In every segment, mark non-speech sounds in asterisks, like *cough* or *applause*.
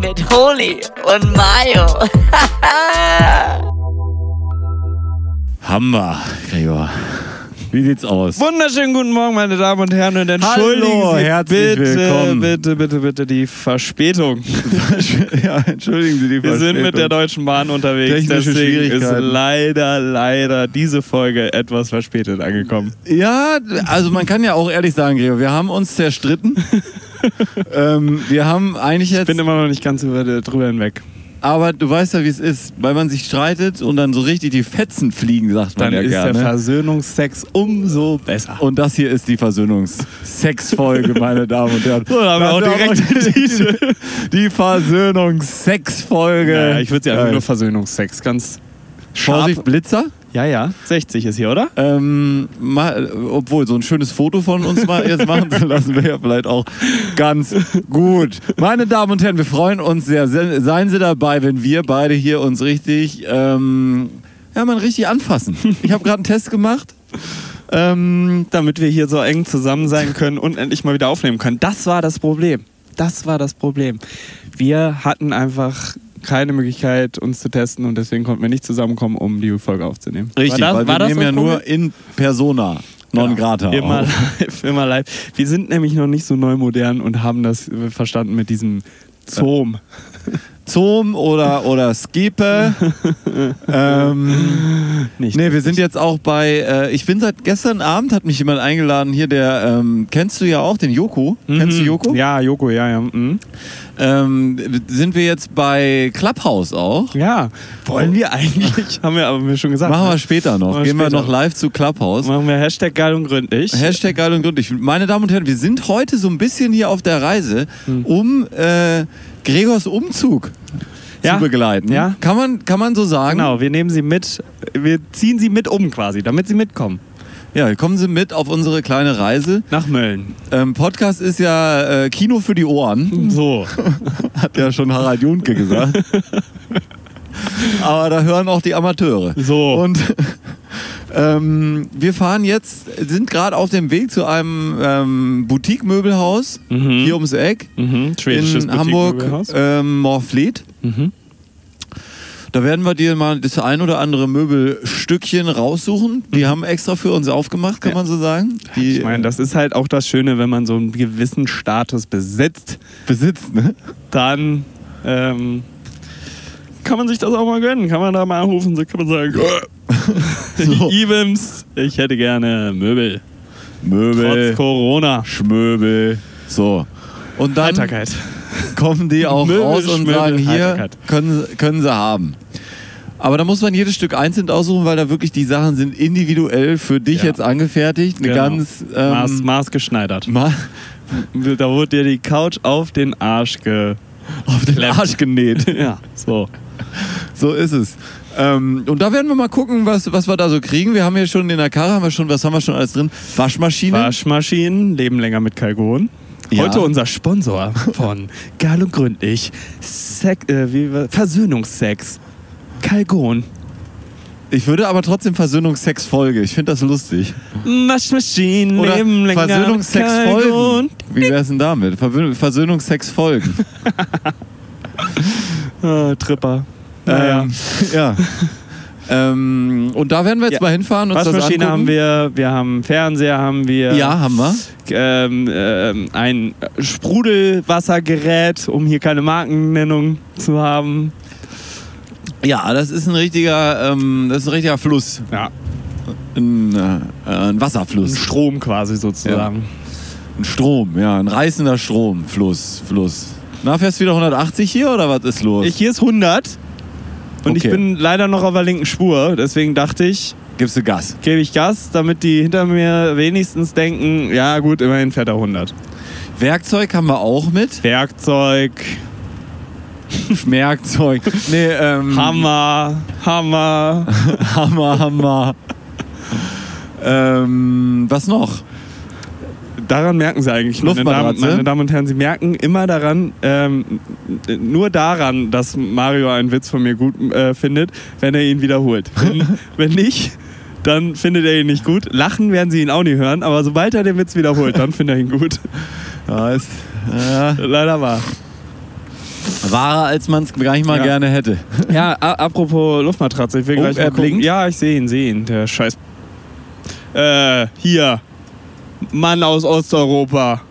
mit Holi und Mayo. Hammer, Gregor. Wie sieht's aus? *laughs* Wunderschönen guten Morgen, meine Damen und Herren, und entschuldigen Hallo, Sie herzlich bitte, willkommen. bitte, bitte, bitte die Verspätung. *laughs* ja, entschuldigen Sie die Wir sind mit der Verspätung. Deutschen Bahn unterwegs, Technische deswegen ist Schwierigkeiten. leider, leider diese Folge etwas verspätet angekommen. Ja, also man kann ja auch ehrlich sagen, Gregor, wir haben uns *laughs* zerstritten. ähm, wir haben eigentlich Ich jetzt. bin immer noch nicht ganz über, drüber hinweg. Aber du weißt ja, wie es ist. Weil man sich streitet und dann so richtig die Fetzen fliegen, sagt man Dann ja ist gerne. der Versöhnungsex umso besser. und das hier ist die *laughs* Versöhnungs-Sex-Folge, meine Damen und Herren. So, da haben wir Das auch ist *laughs* direkt den Titel. die Versöhnungs-Sex-Folge. Ja, ich würde sie einfach Geil. nur Versöhnungsex, ganz Vorsicht, scharf. Blitzer. Ja, ja, 60 ist hier, oder? Ähm, mal, obwohl, so ein schönes Foto von uns mal jetzt machen zu lassen, wäre ja vielleicht auch ganz gut. Meine Damen und Herren, wir freuen uns sehr. Se- Seien Sie dabei, wenn wir beide hier uns richtig, ähm, ja, man richtig anfassen. Ich habe gerade einen Test gemacht. ähm, damit wir hier so eng zusammen sein können und endlich mal wieder aufnehmen können. Das war das Problem. Das war das Problem. Wir hatten einfach keine Möglichkeit, uns zu testen und deswegen konnten wir nicht zusammenkommen, um die Folge aufzunehmen. war das, weil war wir das nehmen so ja ein nur Problem? in persona, non grata. Immer auf. live, immer live. Wir sind nämlich noch nicht so neu modern und haben das äh, verstanden mit diesem Zoom. Zoom oder, oder *laughs* Skype. ähm, Nicht. Nee, wir sind jetzt auch bei, äh, ich bin seit gestern Abend, hat mich jemand eingeladen hier, der, ähm, kennst du ja auch, den Joko. Kennst du Mhm. Joko? Ja, Joko, ja, ja. mhm. Ähm, sind wir jetzt bei Clubhouse auch? Ja, wollen wir eigentlich, *laughs* haben wir aber schon gesagt. Machen ne? wir später noch. Machen wir Gehen wir später. noch live zu Clubhouse. Machen wir Hashtag geil und gründlich. Hashtag geil und gründlich. Meine Damen und Herren, wir sind heute so ein bisschen hier auf der Reise, Hm. um äh, Gregors Umzug Ja. zu begleiten. Ja. Kann, man, kann man so sagen? Genau, wir nehmen sie mit, wir ziehen sie mit um quasi, damit sie mitkommen. Ja, kommen Sie mit auf unsere kleine Reise. Nach Mölln. Ähm, Podcast ist ja äh, Kino für die Ohren. *laughs* So. Hat ja schon Harald Junke gesagt. *laughs* Aber da hören auch die Amateure. So. Und *laughs* ähm, wir fahren jetzt, sind gerade auf dem Weg zu einem ähm, Boutique-Möbelhaus Mhm. hier ums Eck Mhm. Schwedisches in Hamburg, Boutique-Möbelhaus. ähm, Morfleet. Mhm. Da werden wir dir mal das ein oder andere Möbelstückchen raussuchen. Die haben extra für uns aufgemacht, kann man so sagen. Die Mhm. Ich meine, das ist halt auch das Schöne, wenn man so einen gewissen Status besitzt, besitzen, ne? dann ähm, kann man sich das auch mal gönnen. Kann man da mal anrufen, so kann man sagen, *laughs* So. Ibims, ich hätte gerne Möbel. Möbel, Trotz Corona. Schmöbel. So. Und dann Heiterkeit. kommen die auch Möbel, raus und Schmöbel, sagen, hier Heiterkeit. können, können sie haben. Aber da muss man jedes Stück einzeln aussuchen, weil da wirklich die Sachen sind individuell für dich Ja. jetzt angefertigt. Eine Genau. ganz Maß, ähm, maßgeschneidert. ma Da wurde dir die Couch auf den Arsch ge... auf den Klemmt. Arsch genäht. Ja, so. So ist es. Ähm, und da werden wir mal gucken, was, was wir da so kriegen. Wir haben hier schon in der Karre, haben wir schon, was haben wir schon alles drin? Waschmaschine. Waschmaschinen leben länger mit Kalgon. Ja. Heute unser Sponsor von Geil und Gründlich. Sek äh, wie, war- Versöhnungsex. Kalgon. Ich würde aber trotzdem Versöhnungsex-Folge. Ich finde das lustig. Waschmaschinen Oder leben länger mit Kalgon. Versöhnungsex-Folgen. Wie wär's denn damit? Verwö- Versöhnungsex-Folgen. Ah, Tripper. Äh, Naja. Ähm, ja. ähm, und da werden wir jetzt Ja. mal hinfahren und uns das Waschmaschine angucken. haben wir, wir haben Fernseher, haben wir. Ja, haben wir. ähm, ähm, ein Sprudelwassergerät, um hier keine Markennennung zu haben. Ja, das ist ein richtiger, ähm, das ist ein richtiger Fluss, Ja, ein, äh, ein ein Wasserfluss, Strom quasi sozusagen. ein Strom, ja, ein reißender Strom, Fluss, Fluss. Na, fährst du wieder 180 hier oder was ist los? Ich, hier ist 100 und Okay. ich bin leider noch auf der linken Spur. Deswegen dachte ich, Gibst du Gas? gebe ich Gas, damit die hinter mir wenigstens denken, ja gut, immerhin fährt er 100. Werkzeug haben wir auch mit. Werkzeug, *laughs* Werkzeug. Nee, ähm, Hammer, Hammer. Hammer, Hammer. ähm, was noch? Daran merken sie eigentlich, meine Damen, Luftmatratze? meine Damen und Herren, sie merken immer daran, ähm, nur daran, dass Mario einen Witz von mir gut äh, findet, wenn er ihn wiederholt. *laughs* Wenn, wenn nicht, dann findet er ihn nicht gut. Lachen werden sie ihn auch nie hören, aber sobald er den *laughs* Witz wiederholt, dann findet er ihn gut. Ja, ist, äh, Leider wahr. Wahrer, als man es gar nicht mal Ja. gerne hätte. Ja, a- apropos Luftmatratze, ich will Oh, gleich mal er gucken. blinkt. Ja, ich sehe ihn, sehe ihn, der Scheiß. Äh, hier. Mann aus Osteuropa.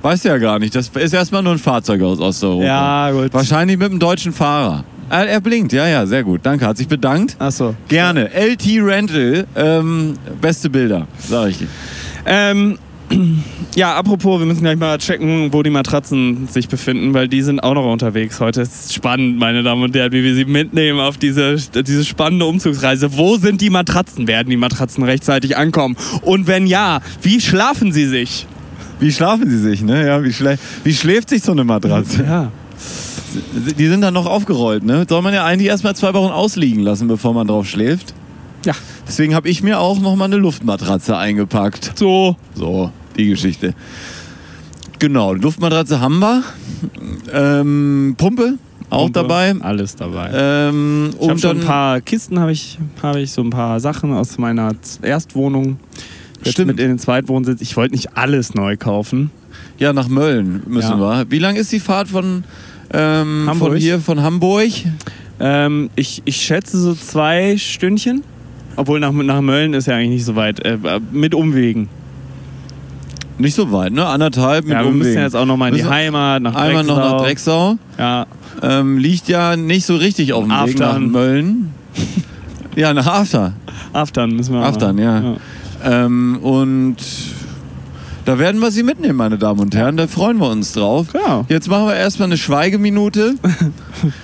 Weiß ja gar nicht. Das ist erstmal nur ein Fahrzeug aus Osteuropa. Ja, gut. Wahrscheinlich mit einem deutschen Fahrer. Ah, Er blinkt, ja, ja, sehr gut. Danke, hat sich bedankt. Achso. Gerne. LT Rental, ähm, beste Bilder, sag ich. Ähm, *clears throat* ja, apropos, wir müssen gleich mal checken, wo die Matratzen sich befinden, weil die sind auch noch unterwegs heute. Es ist spannend, meine Damen und Herren, wie wir sie mitnehmen auf diese, diese spannende Umzugsreise. Wo sind die Matratzen? Werden die Matratzen rechtzeitig ankommen? Und wenn ja, wie schlafen sie sich? Wie schläfen sie sich, ne? Ja, wie, schlä wie schläft sich so eine Matratze? Ja. Die sind dann noch aufgerollt, ne? Soll man ja eigentlich erstmal zwei Wochen ausliegen lassen, bevor man drauf schläft. Ja. Deswegen habe ich mir auch nochmal eine Luftmatratze eingepackt. So. So, die Geschichte. Genau, Luftmatratze haben wir. Ähm, Pumpe auch dabei. Alles dabei. Ähm, ich habe und schon dann ein paar Kisten, habe ich, hab ich so ein paar Sachen aus meiner Z- Erstwohnung. Jetzt Stimmt. mit in den Zweitwohnsitz. Ich wollte nicht alles neu kaufen. ja, nach Mölln müssen wir. Wie lang ist die Fahrt von, ähm, Hamburg? von hier, von Hamburg? Ähm, ich, ich schätze so zwei Stündchen. Obwohl nach, nach Mölln ist ja eigentlich nicht so weit. Äh, mit Umwegen. Nicht so weit, ne? Anderthalb mit ja, wir Umwegen. müssen ja jetzt auch nochmal in die Müssen- Heimat, nach Einmal Drecksau. noch nach Drecksau. Ja, Ähm, liegt ja nicht so richtig auf dem Weg nach Aftern. *laughs* Mölln. ja, nach After. Aftern müssen wir mal. Aftern, ja. Ähm, und da werden wir sie mitnehmen, meine Damen und Herren. Da freuen wir uns drauf. Genau. Jetzt machen wir erstmal eine Schweigeminute.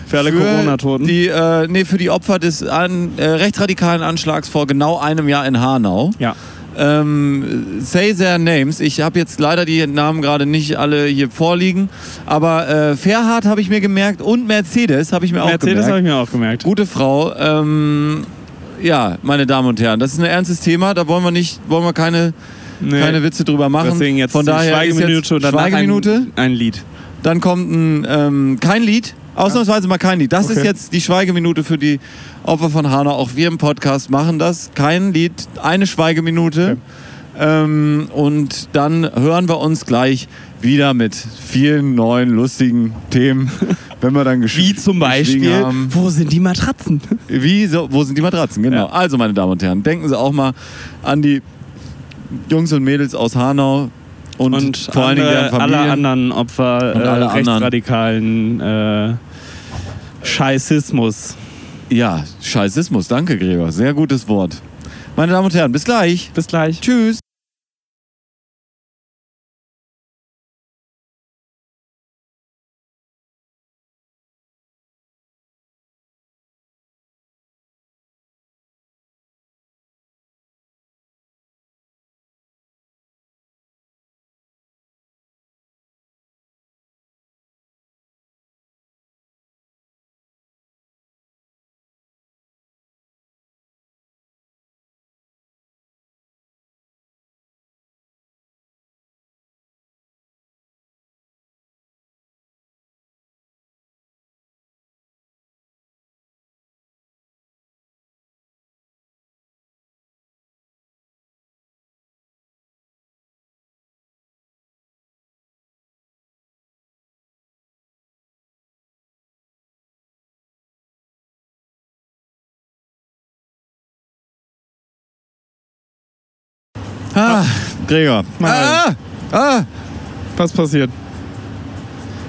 Für alle Corona-Toten. Die, äh, nee, für die Opfer des an, äh, rechtsradikalen Anschlags vor genau einem Jahr in Hanau. Ja. Ähm, say their names. Ich habe jetzt leider die Namen gerade nicht alle hier vorliegen. Aber äh, Ferhat habe ich mir gemerkt und Mercedes habe ich mir auch Mercedes gemerkt. habe ich mir auch gemerkt. Gute Frau, ähm, ja, meine Damen und Herren, das ist ein ernstes Thema, da wollen wir nicht, wollen wir keine, Nee. keine Witze drüber machen. Deswegen jetzt Von die daher ist Schweigeminute jetzt und danach Schweigeminute, Ein, ein Lied. dann kommt ein, ähm, kein Lied, ausnahmsweise mal kein Lied. Das ist Okay. jetzt die Schweigeminute für die Opfer von Hanau. Auch wir im Podcast machen das. Kein Lied, eine Schweigeminute. Ähm, und dann hören wir uns gleich wieder mit vielen neuen lustigen *laughs* Themen, wenn wir dann gesch- Wie geschwiegen zum Beispiel, haben. wo sind die Matratzen? Wie, so, wo sind die Matratzen? Genau. Ja. Also, meine Damen und Herren, denken Sie auch mal an die Jungs und Mädels aus Hanau und, Und vor allen Dingen andere, deren Familien. alle anderen Opfer Und äh, alle anderen. rechtsradikalen äh, Scheißismus. Ja, Scheißismus. Danke, Gregor. Sehr gutes Wort. Meine Damen und Herren, bis gleich. Bis gleich. Tschüss. Ah, Gregor. Mann. Ah, ah. Was passiert?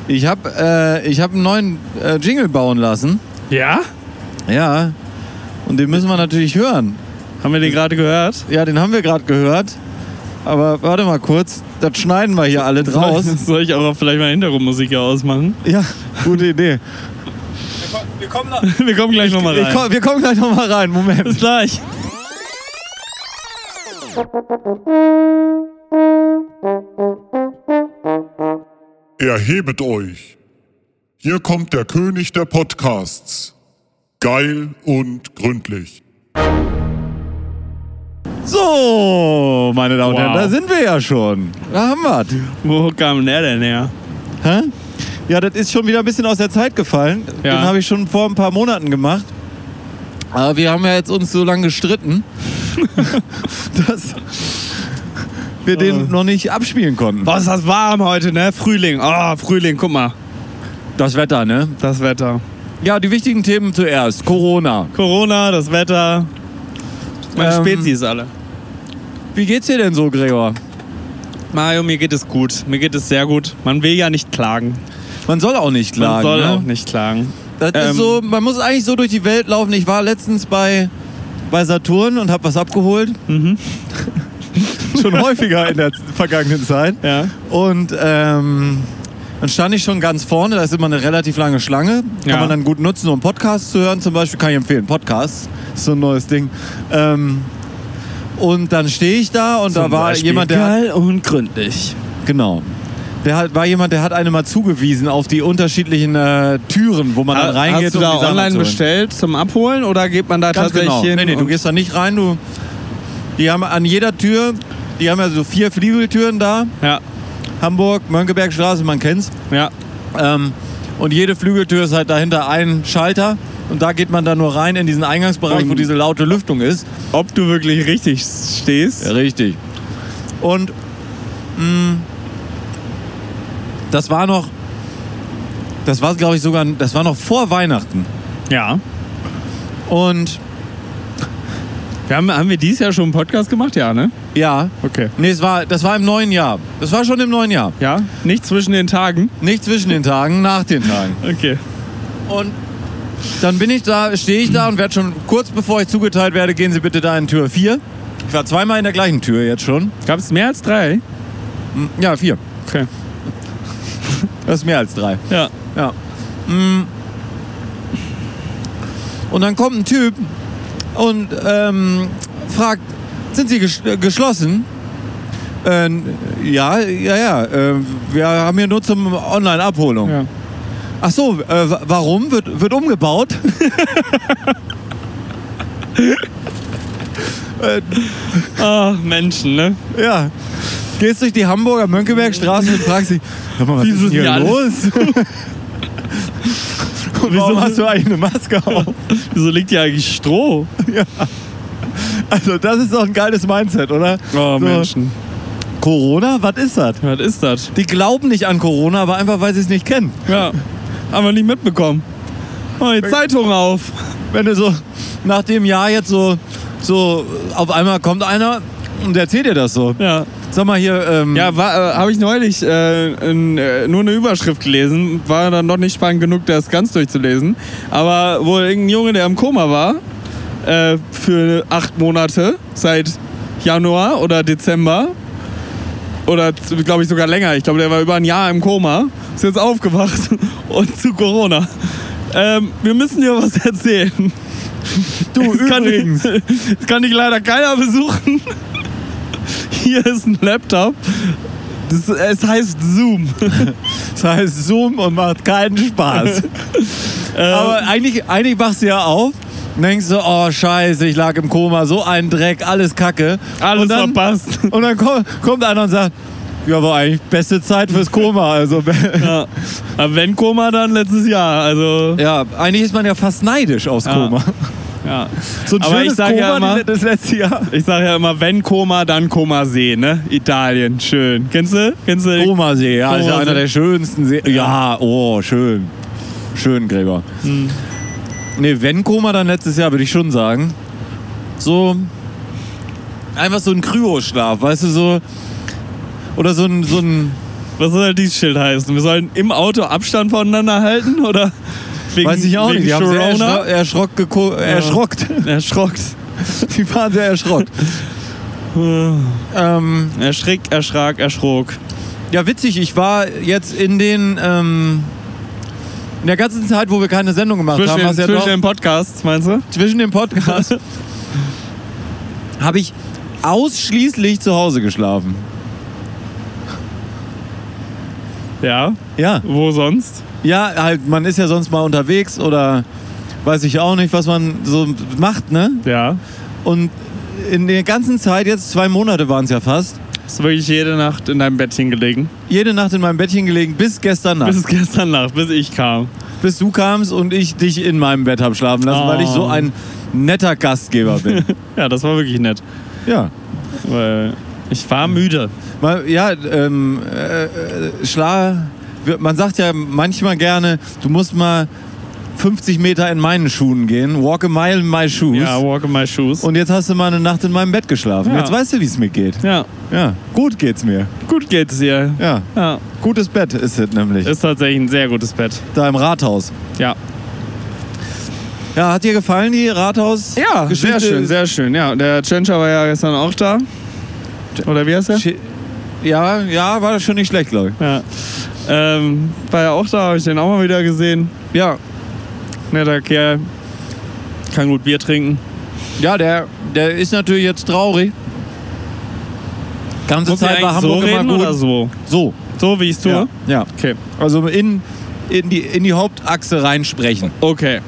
Ich habe äh, ich hab einen neuen äh, Jingle bauen lassen. Ja? Ja. Und den müssen wir natürlich hören. Haben wir den gerade gehört? Ja, den haben wir gerade gehört. Aber warte mal kurz. Das schneiden wir hier alle Raus. draus. *laughs* Soll ich auch vielleicht mal Hintergrundmusik hier ausmachen? *laughs* Ja, gute Idee. Wir kommen, wir kommen gleich nochmal rein. Ich komm, wir kommen gleich nochmal rein. Moment. Bis gleich. Erhebet euch! Hier kommt der König der Podcasts. Geil und gründlich. So, meine Damen und Wow. Herren, da sind wir ja schon. Da haben wir's. Wo kam der denn her? Hä? Ja, das ist schon wieder ein bisschen aus der Zeit gefallen. Ja. Den habe ich schon vor ein paar Monaten gemacht. Aber wir haben ja jetzt uns so lange *laughs* gestritten, dass wir den noch nicht abspielen konnten. Boah, ist das warm heute, ne? Frühling. Oh, Frühling, guck Ah, mal. Das Wetter, ne? Das Wetter. Ja, die wichtigen Themen zuerst. Corona. Corona, das Wetter. Meine Ähm, Spezies alle. Wie geht's dir denn so, Gregor? Mario, mir geht es gut. Mir geht es sehr gut. Man will ja nicht klagen. Man soll auch nicht klagen. Man soll ne? auch nicht klagen. Das Ähm. ist so, man muss eigentlich so durch die Welt laufen. Ich war letztens bei, bei Saturn und habe was abgeholt. Mhm. *laughs* schon häufiger in der vergangenen Zeit. Ja. Und ähm, dann stand ich schon ganz vorne. Da ist immer eine relativ lange Schlange. Kann Ja. man dann gut nutzen, um Podcasts zu hören. Zum Beispiel kann ich empfehlen, Podcasts. Ist so ein neues Ding. Ähm, und dann stehe ich da und da war jemand, der hat Geil und gründlich. Genau. Der hat, war jemand, der hat einem mal zugewiesen auf die unterschiedlichen äh, Türen, wo man dann reingeht. Hast du um da die Sachen online abzuholen. bestellt zum Abholen oder geht man da Ganz tatsächlich genau. hin? Nee, nee, du und- gehst da nicht rein. Du, die haben an jeder Tür, die haben ja so vier Flügeltüren da. ja, Hamburg, Mönckebergstraße, man kennt's. ja. Ähm, und jede Flügeltür ist halt dahinter ein Schalter. Und da geht man dann nur rein in diesen Eingangsbereich, wo Und- diese laute Lüftung ist. Ob du wirklich richtig stehst? richtig. Und mh, das war noch, das war glaube ich sogar, das war noch vor Weihnachten. Ja. Und Wir haben, haben wir dieses Jahr schon einen Podcast gemacht? Ja, ne? ja, Okay. nee, es war, das war im neuen Jahr. Das war schon im neuen Jahr. Ja? Nicht zwischen den Tagen? Nicht zwischen den Tagen, nach den Tagen. Okay. Und dann bin ich da, stehe ich da und werde schon kurz bevor ich zugeteilt werde, gehen Sie bitte da in Tür 4. Ich war zweimal in der gleichen Tür jetzt schon. Gab es mehr als drei? Hm, Ja, vier. Okay. Das ist mehr als drei. Ja. Ja. Mm. Und dann kommt ein Typ und ähm, fragt, sind Sie ges äh, geschlossen? Äh, ja, ja, ja. Äh, wir haben hier nur zum Online-Abholung. ja. Ach so, äh, wa- warum? Wird, wird umgebaut? Ach, Menschen, ne? Ja. Gehst durch die Hamburger Mönckebergstraße und fragst dich, sag mal, was Wieso ist denn hier ist denn hier los? und warum hast du eigentlich eine Maske auf? *laughs* Wieso liegt hier eigentlich Stroh? Also das ist doch ein geiles Mindset, oder? Oh, So, Menschen. Corona, was ist das? Was ist das? Die glauben nicht an Corona, aber einfach, weil sie es nicht kennen. Ja. Haben wir nicht mitbekommen. Oh, die Zeitung auf. Wenn du so nach dem Jahr jetzt so, so auf einmal kommt einer und erzählt dir das so. Ja. Sag mal hier, ähm, Ja, war, äh, habe ich neulich äh, in, äh, nur eine Überschrift gelesen. War dann noch nicht spannend genug, das ganz durchzulesen. Aber wohl irgendein Junge, der im Koma war, äh, für acht Monate, seit Januar oder Dezember. Oder glaube ich sogar länger. Ich glaube, der war über ein Jahr im Koma. Ist jetzt aufgewacht *laughs* und zu Corona. Ähm, wir müssen dir was *laughs* erzählen. du Das *laughs* kann, übrigens. das kann dich leider keiner besuchen. Hier ist ein Laptop. Das, es heißt Zoom. Das heißt Zoom und macht keinen Spaß. *laughs* aber Ähm, eigentlich, eigentlich wachst du ja auf und denkst so, oh scheiße, ich lag im Koma, so ein Dreck, alles Kacke. Alles und dann, verpasst. Und dann kommt, kommt einer und sagt, ja, war eigentlich beste Zeit fürs Koma. *laughs* Also, Ja. Aber wenn Koma, dann letztes Jahr. Also, ja, eigentlich ist man ja fast neidisch aufs Ja. Koma. ja. So ein Aber schönes ich sag ja Koma immer- das letzte Jahr. Ich sage ja immer, wenn Koma, dann Koma See, ne? Italien, schön. Kennst du? Kennst du? Komasee, ja, ist ja Komasee. einer der schönsten See. Ja, oh, schön. Schön, Gregor. Hm. Nee, wenn Koma dann letztes Jahr, würde ich schon sagen. So. Einfach so ein Kryoschlaf, weißt du, so. Oder so ein. So ein Was soll dieses Schild heißen? Wir sollen im Auto Abstand voneinander halten? Oder wegen, weiß ich auch wegen nicht. Die haben sehr erschro Corona? erschrock geko- *laughs* erschrockt. Erschrockt. Die waren sehr erschrockt. ähm, Erschrick, erschrak, erschrok. Ah, Ja, witzig, ich war jetzt in den. Ähm, in der ganzen Zeit, wo wir keine Sendung gemacht Zwischen, haben, den, hast du ja zwischen drauf- den Podcasts, meinst du? zwischen dem *laughs* Podcast, habe ich ausschließlich zu Hause geschlafen. Ja. Ja. Wo sonst? Ja, halt, man ist ja sonst mal unterwegs oder weiß ich auch nicht, was man so macht, ne? Ja. Und in der ganzen Zeit, jetzt zwei Monate waren es ja fast, Hast du wirklich jede Nacht in deinem Bettchen gelegen? jede Nacht in meinem Bettchen gelegen, bis gestern Nacht. Bis gestern Nacht, bis ich kam. bis du kamst und ich dich in meinem Bett habe schlafen lassen, Oh. weil ich so ein netter Gastgeber *laughs* bin. Ja, das war wirklich nett. ja. Weil ich war müde. Mal, ja, ähm, äh, äh, Schla wir- man sagt ja manchmal gerne, du musst mal 50 Meter in meinen Schuhen gehen. Walk a mile in my shoes. Ja, walk in my shoes. und jetzt hast du mal eine Nacht in meinem Bett geschlafen. Ja. Jetzt weißt du, wie es mir geht. ja, Ja, gut geht's mir. gut geht's dir. Ja, Ja, gutes Bett ist es nämlich. ist tatsächlich ein sehr gutes Bett. da im Rathaus. Ja. Ja, hat dir gefallen, die Rathaus? Ja, Geschichte- sehr schön, sehr schön. Ja, der Tschentscher war ja gestern auch da. Oder wie heißt er? Schi- Ja, ja, war schon nicht schlecht, glaube ich. Ja. Ähm, war ja auch da, habe ich den auch mal wieder gesehen. Ja, Netter Kerl. Kann gut Bier trinken. ja der, der ist natürlich jetzt traurig. Ganze ich Zeit war so Hamburg reden immer gut. oder so? So, So wie ich es tue? ja. ja. Okay. Also in, in, die, in die Hauptachse reinsprechen. Okay.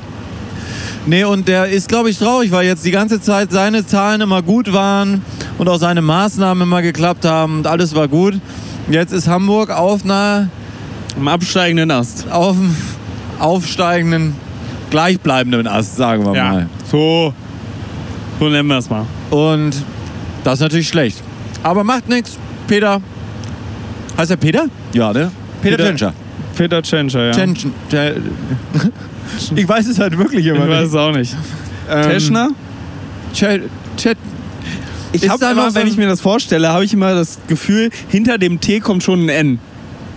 Nee, und der ist, glaube ich, traurig, weil jetzt die ganze Zeit seine Zahlen immer gut waren und auch seine Maßnahmen immer geklappt haben und alles war gut. Jetzt ist Hamburg auf einer Am absteigenden Ast. auf dem aufsteigenden, gleichbleibenden Ast, sagen wir mal. So. So nennen wir es mal. Und das ist natürlich schlecht. Aber macht nichts. Peter. Heißt er Peter? Ja, ne? Peter, Peter- Tschentscher. Peter Tschentscher, ja. Tschentschen. Tsch- *laughs* Ich weiß es halt wirklich ich immer weiß es nicht. auch nicht. Ähm, Teschner? Tsch- Tsch- Ich Ist habe da noch immer, so wenn ein- ich mir das vorstelle, habe ich immer das Gefühl, hinter dem T kommt schon ein N.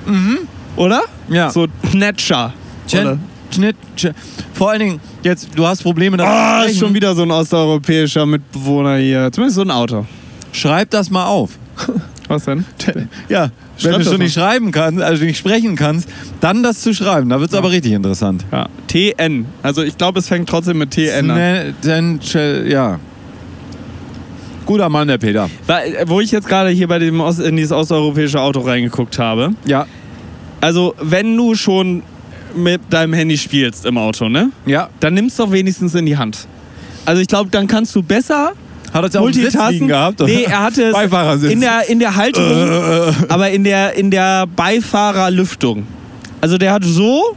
Mhm. Oder? Ja. So Tnetscher. Tschen- Oder- Schnitt. Tsch- Vor allen Dingen, jetzt, du hast Probleme damit. Ah, ist schon wieder so ein osteuropäischer Mitbewohner hier. Zumindest so ein Auto. Schreib das mal auf. Was denn? Ja, wenn Schreib du das schon mal. nicht schreiben kannst, also nicht sprechen kannst, dann das zu schreiben. Da wird es aber richtig interessant. Ja. TN. Also ich glaube, es fängt trotzdem mit TN an. Ne, dann, Tsch- ja. Guter Mann, der Peter. Da, äh, wo ich jetzt gerade hier bei dem Ost, in dieses osteuropäische Auto reingeguckt habe. Ja, Also, wenn du schon mit deinem Handy spielst im Auto, ne? ja. Dann nimm's doch wenigstens in die Hand. Also ich glaube, dann kannst du besser Hat er auch einen Sitz liegen gehabt? Nee, er hatte es Beifahrersitz. in der in der Halterung, aber in der in der Beifahrerlüftung. Also der hat so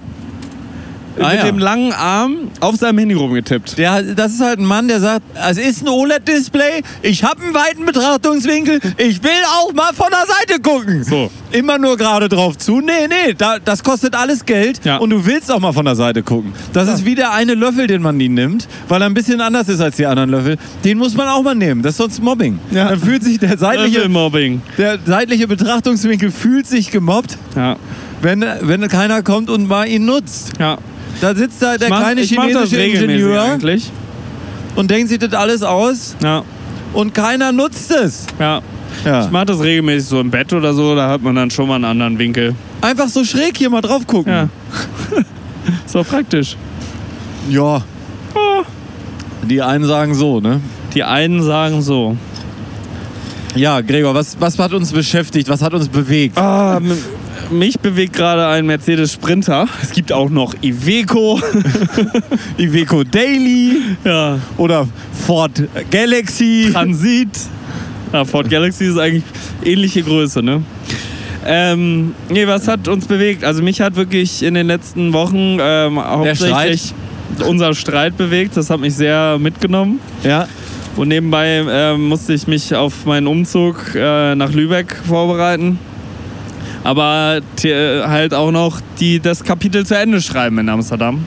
Ah, mit ja. dem langen Arm auf seinem Handy rumgetippt. Der, das ist halt ein Mann, der sagt, es ist ein OLED-Display, ich habe einen weiten Betrachtungswinkel, ich will auch mal von der Seite gucken. So. Immer nur gerade drauf zu. Nee, nee, da, das kostet alles Geld Ja. und du willst auch mal von der Seite gucken. Das ist wie der eine Löffel, den man nie nimmt, weil er ein bisschen anders ist als die anderen Löffel. Den muss man auch mal nehmen, das ist sonst Mobbing. Ja. Dann fühlt sich der seitliche, Äh, Mobbing. der seitliche Betrachtungswinkel fühlt sich gemobbt, Ja, wenn, wenn keiner kommt und mal ihn nutzt. ja. Da sitzt da der Ich mach- kleine ich mach das chinesische regelmäßig Ingenieur eigentlich. und denkt sich das alles aus Ja, und keiner nutzt es. ja. Ja. Ich mache das regelmäßig so im Bett oder so, da hat man dann schon mal einen anderen Winkel. Hm. Einfach so schräg hier mal drauf gucken. Ja. *laughs* Ist doch praktisch. Ja. Ah. Die einen sagen so, ne? Die einen sagen so. Ja, Gregor, was, was hat uns beschäftigt? Was hat uns bewegt? Ah, m- mich bewegt gerade ein Mercedes Sprinter. Es gibt auch noch Iveco. Iveco Daily *laughs* ja. oder Ford Galaxy? Transit. Ja, Ford Galaxy ist eigentlich ähnliche Größe, ne? Ähm, nee, was hat uns bewegt? Also mich hat wirklich in den letzten Wochen ähm, hauptsächlich unser Streit bewegt. Das hat mich sehr mitgenommen. Ja. Und nebenbei ähm, musste ich mich auf meinen Umzug äh, nach Lübeck vorbereiten. Aber t- halt auch noch die, das Kapitel zu Ende schreiben in Amsterdam,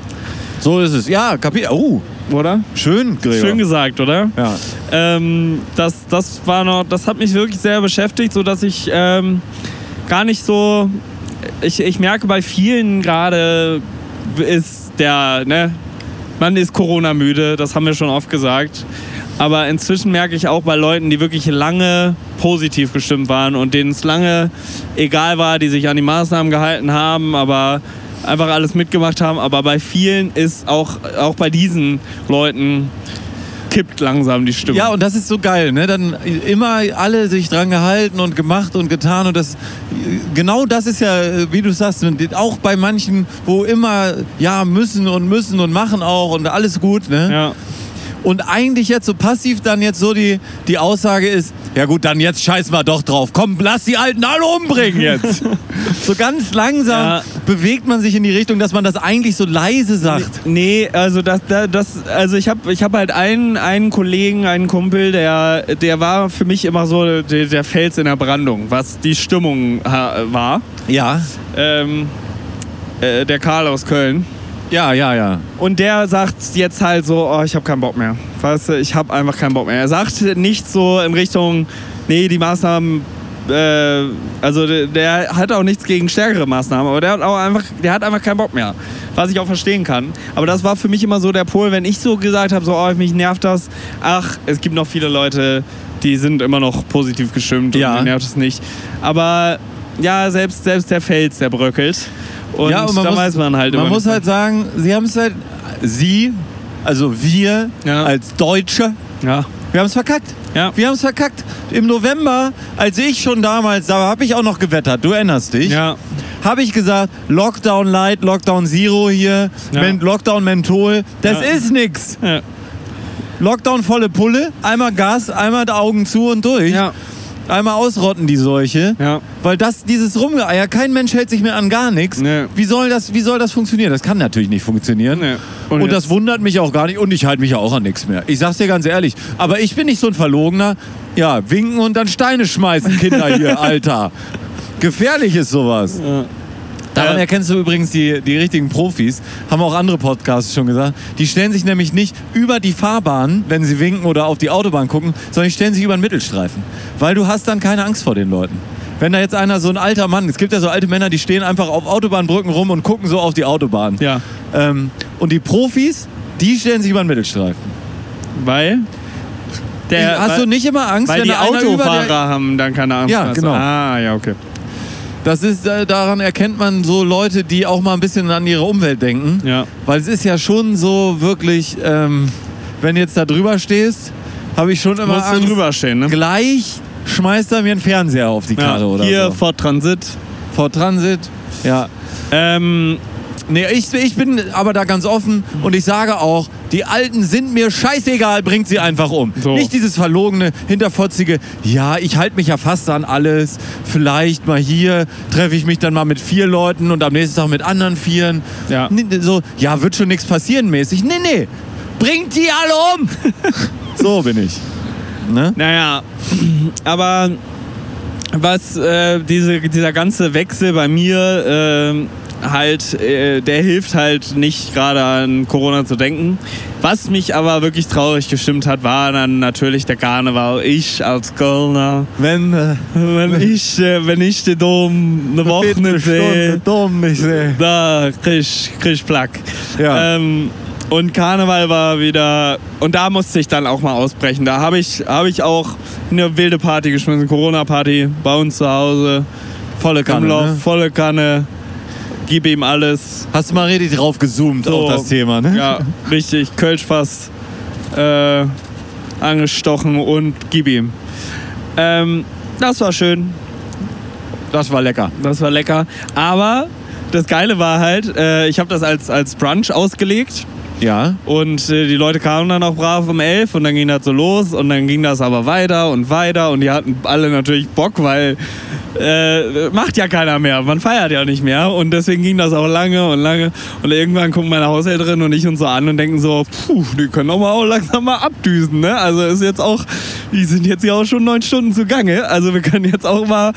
So ist es. Ja, Kapitel. Oh, oder? schön, Gregor. Schön gesagt, oder? ja. ähm, das, das war noch, das hat mich wirklich sehr beschäftigt, so dass ich ähm, gar nicht so, ich, ich merke bei vielen gerade ist der, ne, man ist Corona müde, das haben wir schon oft gesagt. Aber inzwischen merke ich auch bei Leuten, die wirklich lange positiv gestimmt waren und denen es lange egal war, die sich an die Maßnahmen gehalten haben, aber einfach alles mitgemacht haben. Aber bei vielen ist auch, auch bei diesen Leuten kippt langsam die Stimmung. Ja, und das ist so geil, ne? Dann immer alle sich dran gehalten und gemacht und getan und das genau das ist ja, wie du sagst, und auch bei manchen, wo immer ja müssen und müssen und machen auch und alles gut, ne? ja. Und eigentlich jetzt so passiv dann jetzt so die, die Aussage ist, ja gut, dann jetzt scheiß mal doch drauf. Komm, lass die Alten alle umbringen *laughs* jetzt. so ganz langsam Ja. bewegt man sich in die Richtung, dass man das eigentlich so leise sagt. Nee, also das, da- das also ich habe ich hab halt einen, einen Kollegen, einen Kumpel, der, der war für mich immer so der, der Fels in der Brandung, was die Stimmung ha, war. Ja, Ähm, äh, der Karl aus Köln. Ja, ja, ja. Und der sagt jetzt halt so, oh, ich habe keinen Bock mehr. Weißt du, ich habe einfach keinen Bock mehr. Er sagt nicht so in Richtung, nee, die Maßnahmen, äh, also der, der hat auch nichts gegen stärkere Maßnahmen, aber der hat auch einfach, der hat einfach keinen Bock mehr. Was ich auch verstehen kann. Aber das war für mich immer so der Pol, wenn ich so gesagt habe, so, oh, mich nervt das. Ach, es gibt noch viele Leute, die sind immer noch positiv gestimmt Ja. und die nervt es nicht. Aber ja, selbst, selbst der Fels, der bröckelt. Und, ja, da weiß man halt Man immer muss nicht. halt sagen, sie haben es halt, sie, also wir Ja. als Deutsche, Ja. wir haben es verkackt. Ja. Wir haben es verkackt. Im November, als ich schon damals, da habe ich auch noch gewettert, du erinnerst dich. Ja. habe ich gesagt, Lockdown Light, Lockdown Zero hier, Ja. Men Lockdown Menthol, das Ja. ist nix. Ja. Lockdown volle Pulle, einmal Gas, einmal die Augen zu und durch, Ja. einmal ausrotten die Seuche, Ja. weil das, dieses Rumgeeier, kein Mensch hält sich mehr an gar nichts. Nee. Wie, soll das, wie soll das funktionieren? Das kann natürlich nicht funktionieren. Nee. Und, Und das jetzt- wundert mich auch gar nicht und ich halte mich ja auch an nichts mehr. Ich sag's dir ganz ehrlich, aber ich bin nicht so ein Verlogener. Ja, winken und dann Steine schmeißen, Kinder *laughs* hier, Alter. Gefährlich ist sowas. Daran Ja. erkennst du übrigens die, die richtigen Profis, haben auch andere Podcasts schon gesagt. Die stellen sich nämlich nicht über die Fahrbahn, wenn sie winken oder auf die Autobahn gucken, sondern die stellen sich über den Mittelstreifen. Weil du hast dann keine Angst vor den Leuten. Wenn da jetzt einer, so ein alter Mann, es gibt ja so alte Männer, die stehen einfach auf Autobahnbrücken rum und gucken so auf die Autobahn. Ja. Ähm, und die Profis, die stellen sich über den Mittelstreifen. Weil? Der, hast weil, du nicht immer Angst, weil wenn die da einer über dir... Autofahrer haben dann keine Angst. Ja, mehr. genau. Ah, ja, okay. Das ist, äh, daran erkennt man so Leute, die auch mal ein bisschen an ihre Umwelt denken. Ja. Weil es ist ja schon so wirklich, ähm, wenn du jetzt da drüber stehst, habe ich schon immer Musst du Angst. drüber stehen, ne? Gleich schmeißt er mir einen Fernseher auf die Karre oder hier so. vor Transit. Vor Transit. Ja. Ähm, Nee, ich, ich bin aber da ganz offen und ich sage auch, die Alten sind mir scheißegal, bringt sie einfach um. So. Nicht dieses verlogene, hinterfotzige, ja, ich halte mich ja fast an alles, vielleicht mal hier treffe ich mich dann mal mit vier Leuten und am nächsten Tag mit anderen Vieren. Ja. Nee, So, ja, wird schon nichts passieren mäßig. Nee, nee, bringt die alle um. *laughs* so bin ich. Ne? naja, *clears throat* aber was äh, diese, dieser ganze Wechsel bei mir ähm, halt, äh, der hilft halt nicht gerade an Corona zu denken. Was mich aber wirklich traurig gestimmt hat, war dann natürlich der Karneval. Ich als Kölner. Wenn äh, Wenn ich, äh, wenn ich den Dom eine Woche nicht sehe, dumm nicht sehe. da krieg ich, krieg ich Plack. Ja. Ähm, und Karneval war wieder, und da musste ich dann auch mal ausbrechen. Da habe ich, hab ich auch eine wilde Party geschmissen, Corona-Party bei uns zu Hause. Volle Kanne. Umlauf, Ne? volle Kanne, gib ihm alles. Hast du mal richtig drauf gezoomt So. auf das Thema, ne? Ja, richtig, Kölschfass äh, angestochen und gib ihm. Ähm, das war schön. Das war lecker. Das war lecker. Aber das Geile war halt, äh, ich habe das als, als Brunch ausgelegt. Ja. Und äh, die Leute kamen dann auch brav um elf und dann ging das so los und dann ging das aber weiter und weiter und die hatten alle natürlich Bock, weil äh, macht ja keiner mehr, man feiert ja nicht mehr und deswegen ging das auch lange und lange und irgendwann gucken meine Haushälterin und ich uns so an und denken so, puh, die können doch mal auch langsam mal abdüsen, ne? Also ist jetzt auch, die sind jetzt ja auch schon neun Stunden zugange, also wir können jetzt auch mal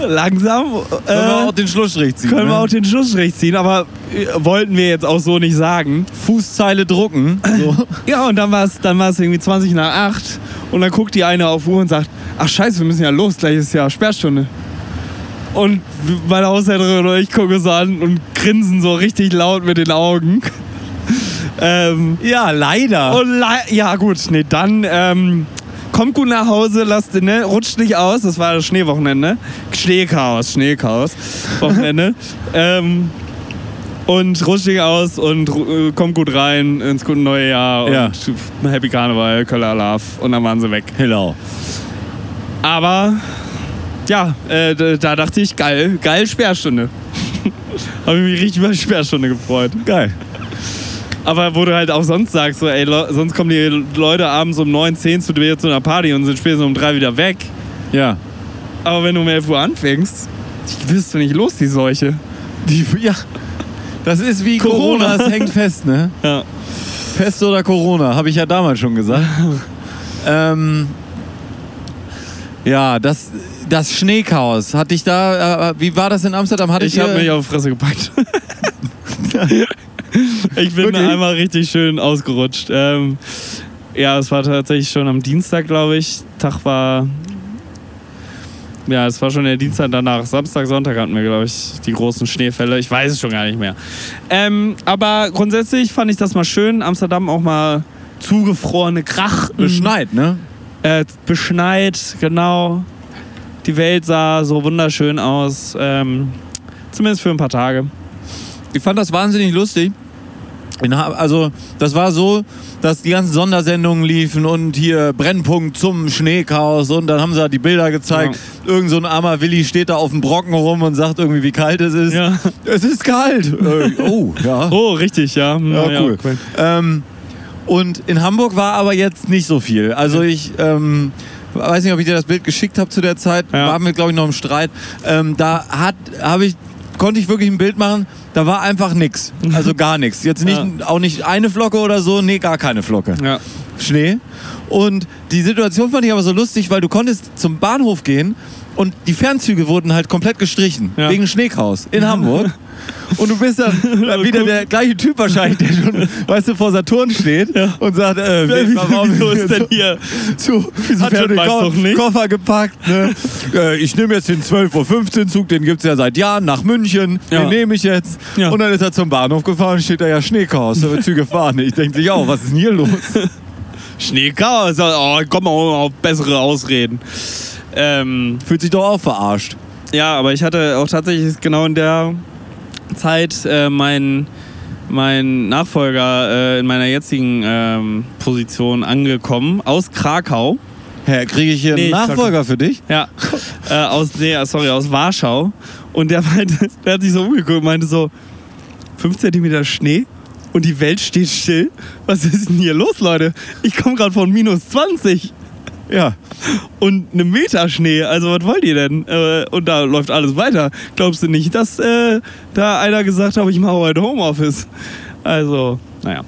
langsam... Äh, Können wir auch den Schlussstrich ziehen. können wir ne? auch den Schussrecht ziehen, aber äh, wollten wir jetzt auch so nicht sagen. Fußzeile drucken. So. Ja, und dann war es dann war's irgendwie 20 nach 8 und dann guckt die eine auf Uhr und sagt, ach scheiße, wir müssen ja los, gleich ist ja Sperrstunde. Und meine Haushälterin und ich gucken so an und grinsen so richtig laut mit den Augen. *laughs* ähm, *laughs* ja, leider. und lei- ja gut, nee, dann ähm, kommt gut nach Hause, lasst, ne, rutscht nicht aus, das war das Schneewochenende. Schneechaos, Schneechaos, Wochenende. ähm, und rutscht nicht aus und ru- äh, kommt gut rein ins gute neue Jahr und Ja. Happy Karneval, Köller Love und dann waren sie weg. Hello. Aber ja, äh, d- da dachte ich, geil, geil Sperrstunde. *laughs* Habe ich mich richtig über die Sperrstunde gefreut. Geil. Aber wo du halt auch sonst sagst, so, ey, Le sonst kommen die Leute abends um 9, 10 zu dir zu einer Party und sind spätestens um 3 wieder weg. Ja. Aber wenn du um 11 Uhr anfängst, die wirst du nicht los, die Seuche. Die, ja. Das ist wie Corona. Corona. es hängt fest, *laughs* ne? Ja. Pest oder Corona, habe ich ja damals schon *laughs* gesagt. ähm, ja, das, das Schneechaos. Hatte ich da, äh, wie war das in Amsterdam? Hatte Ich habe ihr- *laughs* mich auf die Fresse gepackt. Ich bin Wirklich? einmal richtig schön ausgerutscht. Ähm, ja, es war tatsächlich schon am Dienstag, glaube ich. Tag war. Ja, es war schon der Dienstag danach. Samstag, Sonntag hatten wir, glaube ich, die großen Schneefälle. Ich weiß es schon gar nicht mehr. Ähm, aber grundsätzlich fand ich das mal schön. Amsterdam auch mal zugefrorene Krachten. Beschneit, ne? Äh, beschneit, genau. Die Welt sah so wunderschön aus. Ähm, zumindest für ein paar Tage. Ich fand das wahnsinnig lustig. In Ha- Also, das war so, dass die ganzen Sondersendungen liefen und hier Brennpunkt zum Schneechaos und dann haben sie halt die Bilder gezeigt. Irgend so ein armer Willi steht da auf dem Brocken rum und sagt irgendwie, wie kalt es ist. Ja. Es ist kalt. Äh, oh, *laughs* ja. *laughs* Oh, richtig, ja. Hm, Ja, cool. Ähm, und in Hamburg war aber jetzt nicht so viel. Also ich ähm, weiß nicht, ob ich dir das Bild geschickt habe zu der Zeit. Ja. Waren wir, glaube ich, noch im Streit. Ähm, da hat, habe ich konnte ich wirklich ein Bild machen, da war einfach nix. *laughs* Also gar nichts. Jetzt nicht, auch nicht eine Flocke oder so, nee, gar keine Flocke. Ja. Schnee. Und die Situation fand ich aber so lustig, weil du konntest zum Bahnhof gehen und die Fernzüge wurden halt komplett gestrichen. Ja. Wegen Schneekaus *laughs* in Hamburg. Und du bist dann wieder der gleiche Typ wahrscheinlich, der schon, weißt du, vor Saturn steht und sagt, äh, Wie, warum wieso ist denn hier? zu, *laughs* Wieso hat fährt schon den man's Ko doch nicht? Koffer gepackt. *laughs* Ne? äh, ich nehme jetzt den 12.15 Uhr Zug, den gibt es ja seit Jahren nach München. Ja. Den nehme ich jetzt. Ja. Und dann ist er zum Bahnhof gefahren, steht da ja Schneechaos, da wird Züge fahren. Ich denke sich auch, was ist denn hier los? Schneechaos. Oh, komm auch auf bessere Ausreden. Ähm, Fühlt sich doch auch verarscht. ja, aber ich hatte auch tatsächlich genau in der Zeit äh, meinen mein Nachfolger äh, in meiner jetzigen ähm, Position angekommen aus Krakau. Hä, kriege ich hier Nee, einen ich sag- Nachfolger für dich? Ja, äh, aus, nee, sorry, aus Warschau. Und der meinte, der hat sich so umgeguckt und meinte so, 5 cm Schnee und die Welt steht still. Was ist denn hier los, Leute? Ich komme gerade von minus 20 Ja. und einem Meter Schnee. Also was wollt ihr denn? Äh, und da läuft alles weiter. Glaubst du nicht, dass äh, da einer gesagt hat, ich mache heute Homeoffice? Also, naja.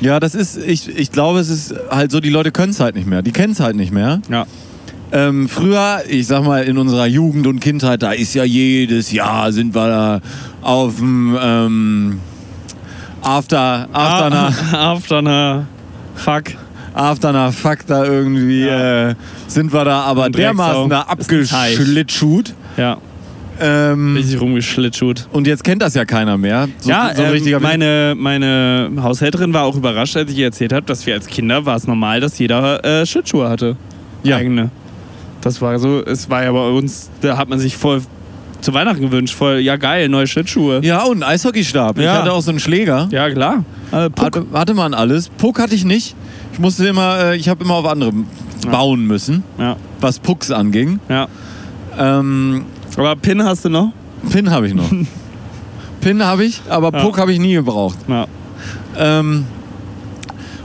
Ja, das ist, ich, ich glaube, es ist halt so, die Leute können es halt nicht mehr. Die kennen es halt nicht mehr. Ja. Ähm, früher, ich sag mal, in unserer Jugend und Kindheit, da ist ja jedes Jahr sind wir da auf dem ähm, After, Ah. Afterna, *laughs* Afterna. Fuck. Afterna Fuck da irgendwie Ja. äh, sind wir da aber Und Drecksau. dermaßen da Ist ein Teich. abgeschlittschuht. Ja, Ähm, richtig rumgeschlittschuht. und jetzt kennt das ja keiner mehr. So, ja, so ein richtiger ähm, meine, meine Haushälterin war auch überrascht, als ich ihr erzählt habe, dass wir als Kinder war es normal, dass jeder äh, Schlittschuhe hatte. Ja. Eigene. Das war so, es war ja bei uns, da hat man sich voll zu Weihnachten gewünscht, voll, ja geil, neue Schlittschuhe. Ja, und einen Eishockeystab. Ich Ja. hatte auch so einen Schläger. Ja, klar. Äh, Puck. Hatte, hatte man alles. Puck hatte ich nicht. Ich musste immer, äh, ich habe immer auf andere bauen müssen, Ja, was Pucks anging. ja. Ähm, Aber Pin hast du noch? Pin habe ich *laughs* noch. Pin habe ich, aber Ja. Puck habe ich nie gebraucht. Ja. Ähm,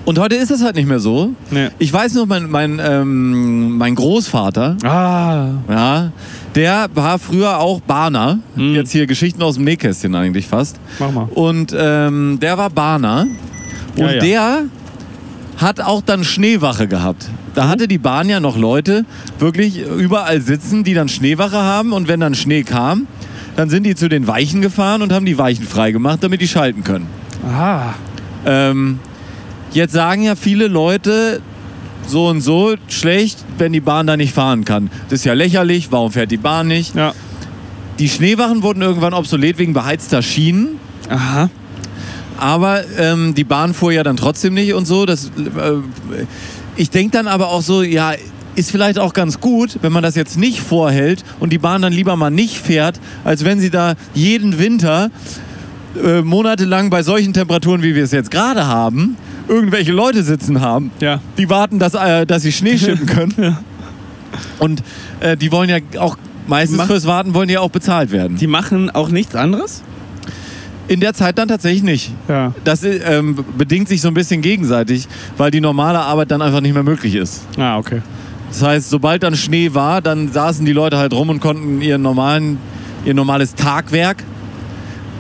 und heute ist das halt nicht mehr so. Nee. Ich weiß noch, mein, mein, ähm, mein Großvater, Ah. ja, der war früher auch Bahner. Mhm. Jetzt hier Geschichten aus dem Nähkästchen eigentlich fast. Mach mal. Und ähm, der war Bahner. Und Ja, ja. der hat auch dann Schneewache gehabt. Da hatte die Bahn ja noch Leute wirklich überall sitzen, die dann Schneewache haben. Und wenn dann Schnee kam, dann sind die zu den Weichen gefahren und haben die Weichen freigemacht, damit die schalten können. Ah. Ähm, jetzt sagen ja viele Leute so und so schlecht, wenn die Bahn da nicht fahren kann. Das ist ja lächerlich, warum fährt die Bahn nicht? Ja. Die Schneewachen wurden irgendwann obsolet wegen beheizter Schienen. Aha. Aber ähm, die Bahn fuhr ja dann trotzdem nicht und so. Das, äh, ich denke dann aber auch so, ja, ist vielleicht auch ganz gut, wenn man das jetzt nicht vorhält und die Bahn dann lieber mal nicht fährt, als wenn sie da jeden Winter äh, monatelang bei solchen Temperaturen, wie wir es jetzt gerade haben, irgendwelche Leute sitzen haben, Ja. die warten, dass, äh, dass sie Schnee *laughs* schippen können. Und äh, die wollen ja auch meistens Mach- fürs Warten wollen die ja auch bezahlt werden. Die machen auch nichts anderes? In der Zeit dann tatsächlich nicht. Ja. Das äh, ähm, bedingt sich so ein bisschen gegenseitig, weil die normale Arbeit dann einfach nicht mehr möglich ist. Ah, okay. Das heißt, sobald dann Schnee war, dann saßen die Leute halt rum und konnten ihren normalen, ihr normales Tagwerk,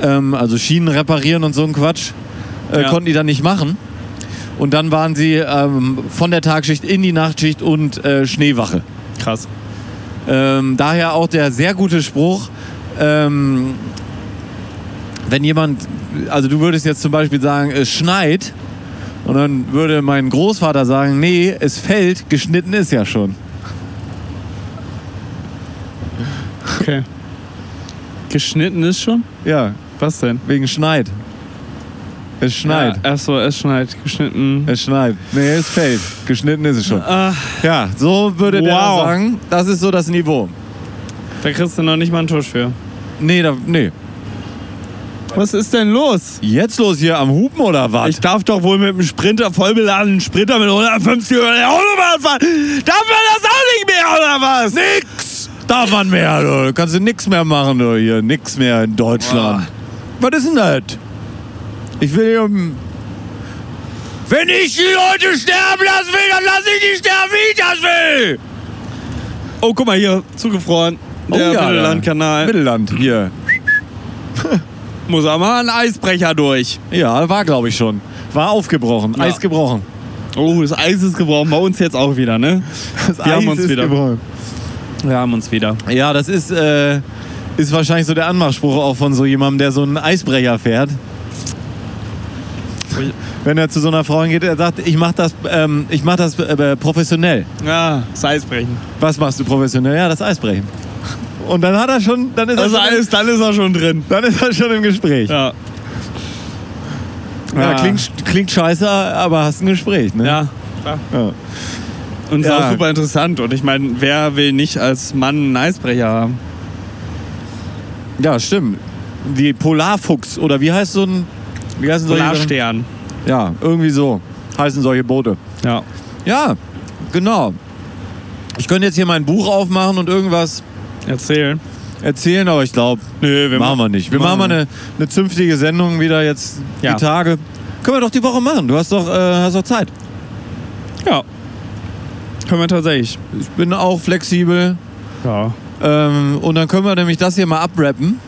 ähm, also Schienen reparieren und so ein Quatsch, äh, Ja. konnten die dann nicht machen. Und dann waren sie ähm, von der Tagschicht in die Nachtschicht und äh, Schneewache. Krass. Ähm, daher auch der sehr gute Spruch, ähm, wenn jemand also du würdest jetzt zum Beispiel sagen, es schneit. Und dann würde mein Großvater sagen, nee, es fällt, geschnitten ist ja schon. Okay. Geschnitten ist schon? Ja, Was denn? wegen schneit. Es schneit. Ja, achso, es schneit. Geschnitten. Es schneit. Nee, es fällt. Geschnitten ist es schon. Ah, Ja, so würde der Wow. sagen, das ist so das Niveau. da kriegst du noch nicht mal einen Tusch für. Nee, da, nee. Was ist denn los? Jetzt los hier am Hupen oder was? Ich darf doch wohl mit einem Sprinter, vollbeladenen Sprinter mit 150 über der Autobahn fahren. Darf man das auch nicht mehr, oder was? nix! Darf man mehr, du. Kannst du nix mehr machen, du. Hier, nix mehr in Deutschland. Was ist denn das? Ich will hier... um- Wenn ich die Leute sterben lassen will, dann lasse ich die sterben, wie ich das will! Oh, guck mal hier, zugefroren. Der da. Mittellandkanal. Mittelland, hier. Muss aber mal ein Eisbrecher durch. Ja, war, glaube ich, schon. War aufgebrochen, Ja. Eis gebrochen. Oh, das Eis ist gebrochen. Bei uns jetzt auch wieder, ne? Das Wir haben uns wieder- gebrochen. Wir haben uns wieder. Ja, das ist, äh, ist wahrscheinlich so der Anmachspruch auch von so jemandem, der so einen Eisbrecher fährt. Wenn er zu so einer Frau hingeht, er sagt, ich mach das, ähm, ich mach das äh, professionell. Ja, das Eisbrechen. Was machst du professionell? Ja, das Eisbrechen. Und dann hat er schon, dann ist, Das er, schon, Eis, dann ist er schon drin. dann ist er schon im Gespräch. Ja, Ja. Ja. klingt, klingt scheiße, aber hast ein Gespräch, ne? Ja. Ja. Und ist Ja. auch super interessant. Und ich meine, wer will nicht als Mann einen Eisbrecher haben? Ja, stimmt. Die Polarfuchs oder wie heißt so ein, wie heißen solche? Polarstern. Ja, irgendwie so heißen solche Boote. Ja. Ja, genau. Ich könnte jetzt hier mein Buch aufmachen und irgendwas Erzählen. erzählen, aber ich glaube, Nö, wir machen wir nicht. Wir machen mal eine, eine zünftige Sendung wieder jetzt Ja. die Tage. Können wir doch die Woche machen. Du hast doch, äh, hast doch Zeit. Ja. Können wir tatsächlich. Ich bin auch flexibel. Ja. Ähm, und dann können wir nämlich das hier mal abrappen.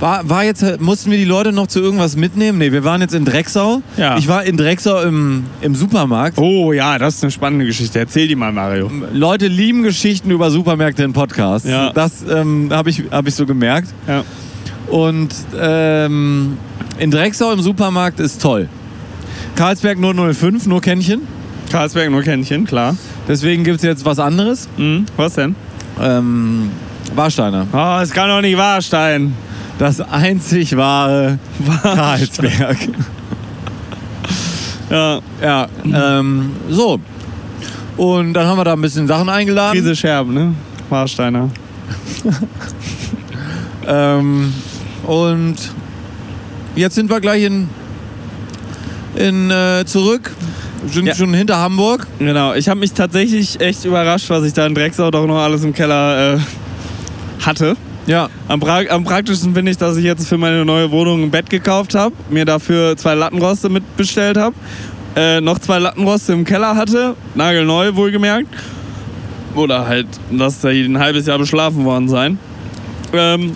War, war jetzt, mussten wir die Leute noch zu irgendwas mitnehmen? Nee, wir waren jetzt in Drecksau. Ja. Ich war in Drecksau im, im Supermarkt. Oh ja, das ist eine spannende Geschichte. Erzähl die mal, Mario. Leute lieben Geschichten über Supermärkte in Podcasts. Ja. Das ähm, habe ich, hab ich so gemerkt. Ja. Und ähm, in Drecksau im Supermarkt ist toll. Karlsberg 005, nur Kännchen. Karlsberg nur Kännchen, klar. Deswegen gibt es jetzt was anderes. Mhm. Was denn? Ähm, Warsteiner. Oh, es kann doch nicht wahr sein. Das einzig wahre Karlsberg. Ja. ja, ähm, so. Und dann haben wir da ein bisschen Sachen eingeladen. Riese Scherben, ne? Warsteiner. Ähm, und jetzt sind wir gleich in, in äh, zurück. Sind Ja. schon hinter Hamburg. Genau, ich habe mich tatsächlich echt überrascht, was ich da in Drecksau doch noch alles im Keller äh, hatte. Ja, Am, pra am praktischsten finde ich, dass ich jetzt für meine neue Wohnung ein Bett gekauft habe, mir dafür zwei Lattenroste mitbestellt habe, äh, noch zwei Lattenroste im Keller hatte, nagelneu wohlgemerkt. Oder halt, dass da ein halbes Jahr beschlafen worden sein. Ähm,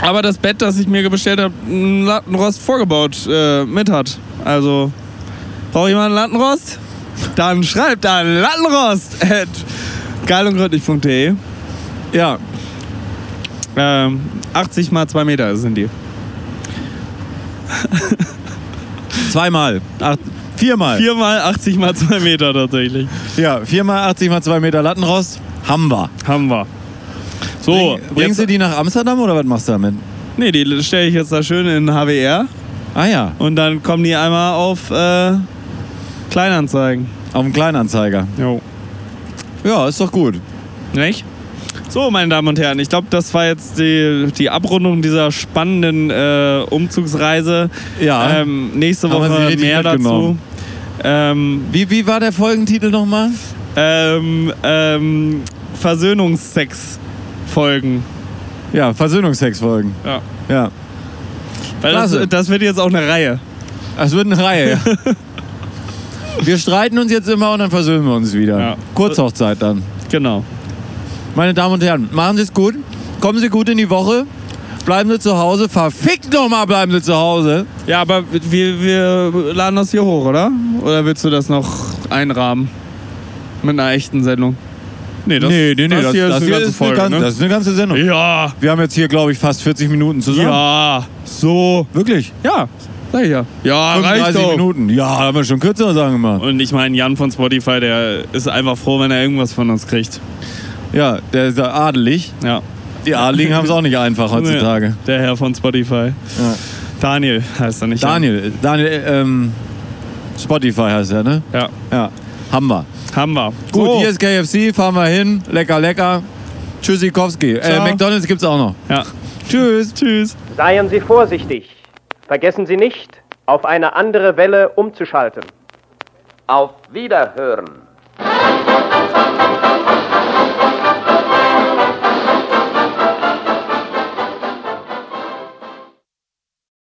aber das Bett, das ich mir bestellt habe, ein Lattenrost vorgebaut äh, mit hat. Also, braucht jemand einen Lattenrost? Dann schreibt an Lattenrost at geilundgründlich.de. ja, Ähm, 80 mal 2 Meter sind die. Zweimal. Ach, viermal. Vier mal 80 mal 2 Meter tatsächlich. Ja, viermal 80 mal 2 Meter Lattenrost. Haben wir. Haben wir. So, Bring, bringst du die nach Amsterdam oder was machst du damit? Nee, die stelle ich jetzt da schön in HWR Ah ja, und dann kommen die einmal auf äh, Kleinanzeigen. auf dem Kleinanzeiger. Jo. Ja, ist doch gut. Nicht? So, meine Damen und Herren, ich glaube, das war jetzt die, die Abrundung dieser spannenden äh, Umzugsreise. Ja. Ähm, nächste Haben wir sie Woche richtig mehr dazu. mitgenommen. Ähm, Wie, wie war der Folgentitel nochmal? ähm, ähm, Versöhnungssex-Folgen. Ja, Versöhnungsex-Folgen. Ja. Ja. Weil das, Klasse. das wird jetzt auch eine Reihe. Ah, Es wird eine Reihe. ja. *laughs* wir streiten uns jetzt immer und dann versöhnen wir uns wieder. Ja. Kurzhochzeit dann. Genau. Meine Damen und Herren, machen Sie es gut. Kommen Sie gut in die Woche. Bleiben Sie zu Hause. Verfickt nochmal, bleiben Sie zu Hause. Ja, aber wir, wir laden das hier hoch, oder? Oder willst du das noch einrahmen? Mit einer echten Sendung. Nee, das, nee, nee, nee. das, hier ist eine ganze Folge. gan- ne? das ist eine ganze Sendung. ja, Wir haben jetzt hier, glaube ich, fast 40 Minuten zusammen. ja, so. Wirklich? Ja, sag ich ja. Ja, reicht 35 doch. Minuten. Ja, haben wir schon kürzer sagen gemacht. Und ich meine, Jan von Spotify, der ist einfach froh, wenn er irgendwas von uns kriegt. Ja, der ist ja adelig. Ja. Die *laughs* Adeligen haben es auch nicht einfach heutzutage. Der Herr von Spotify. Ja. Daniel heißt er nicht. Daniel, Daniel, äh, ähm, Spotify heißt er, ne? Ja, Ja. Haben wir. haben wir. Gut, So. hier ist KFC, fahren wir hin. Lecker, lecker. Tschüssikowski. Äh, Ciao. McDonalds gibt's auch noch. Ja. Tschüss. Tschüss. Seien Sie vorsichtig. Vergessen Sie nicht, auf eine andere Welle umzuschalten. Auf Wiederhören.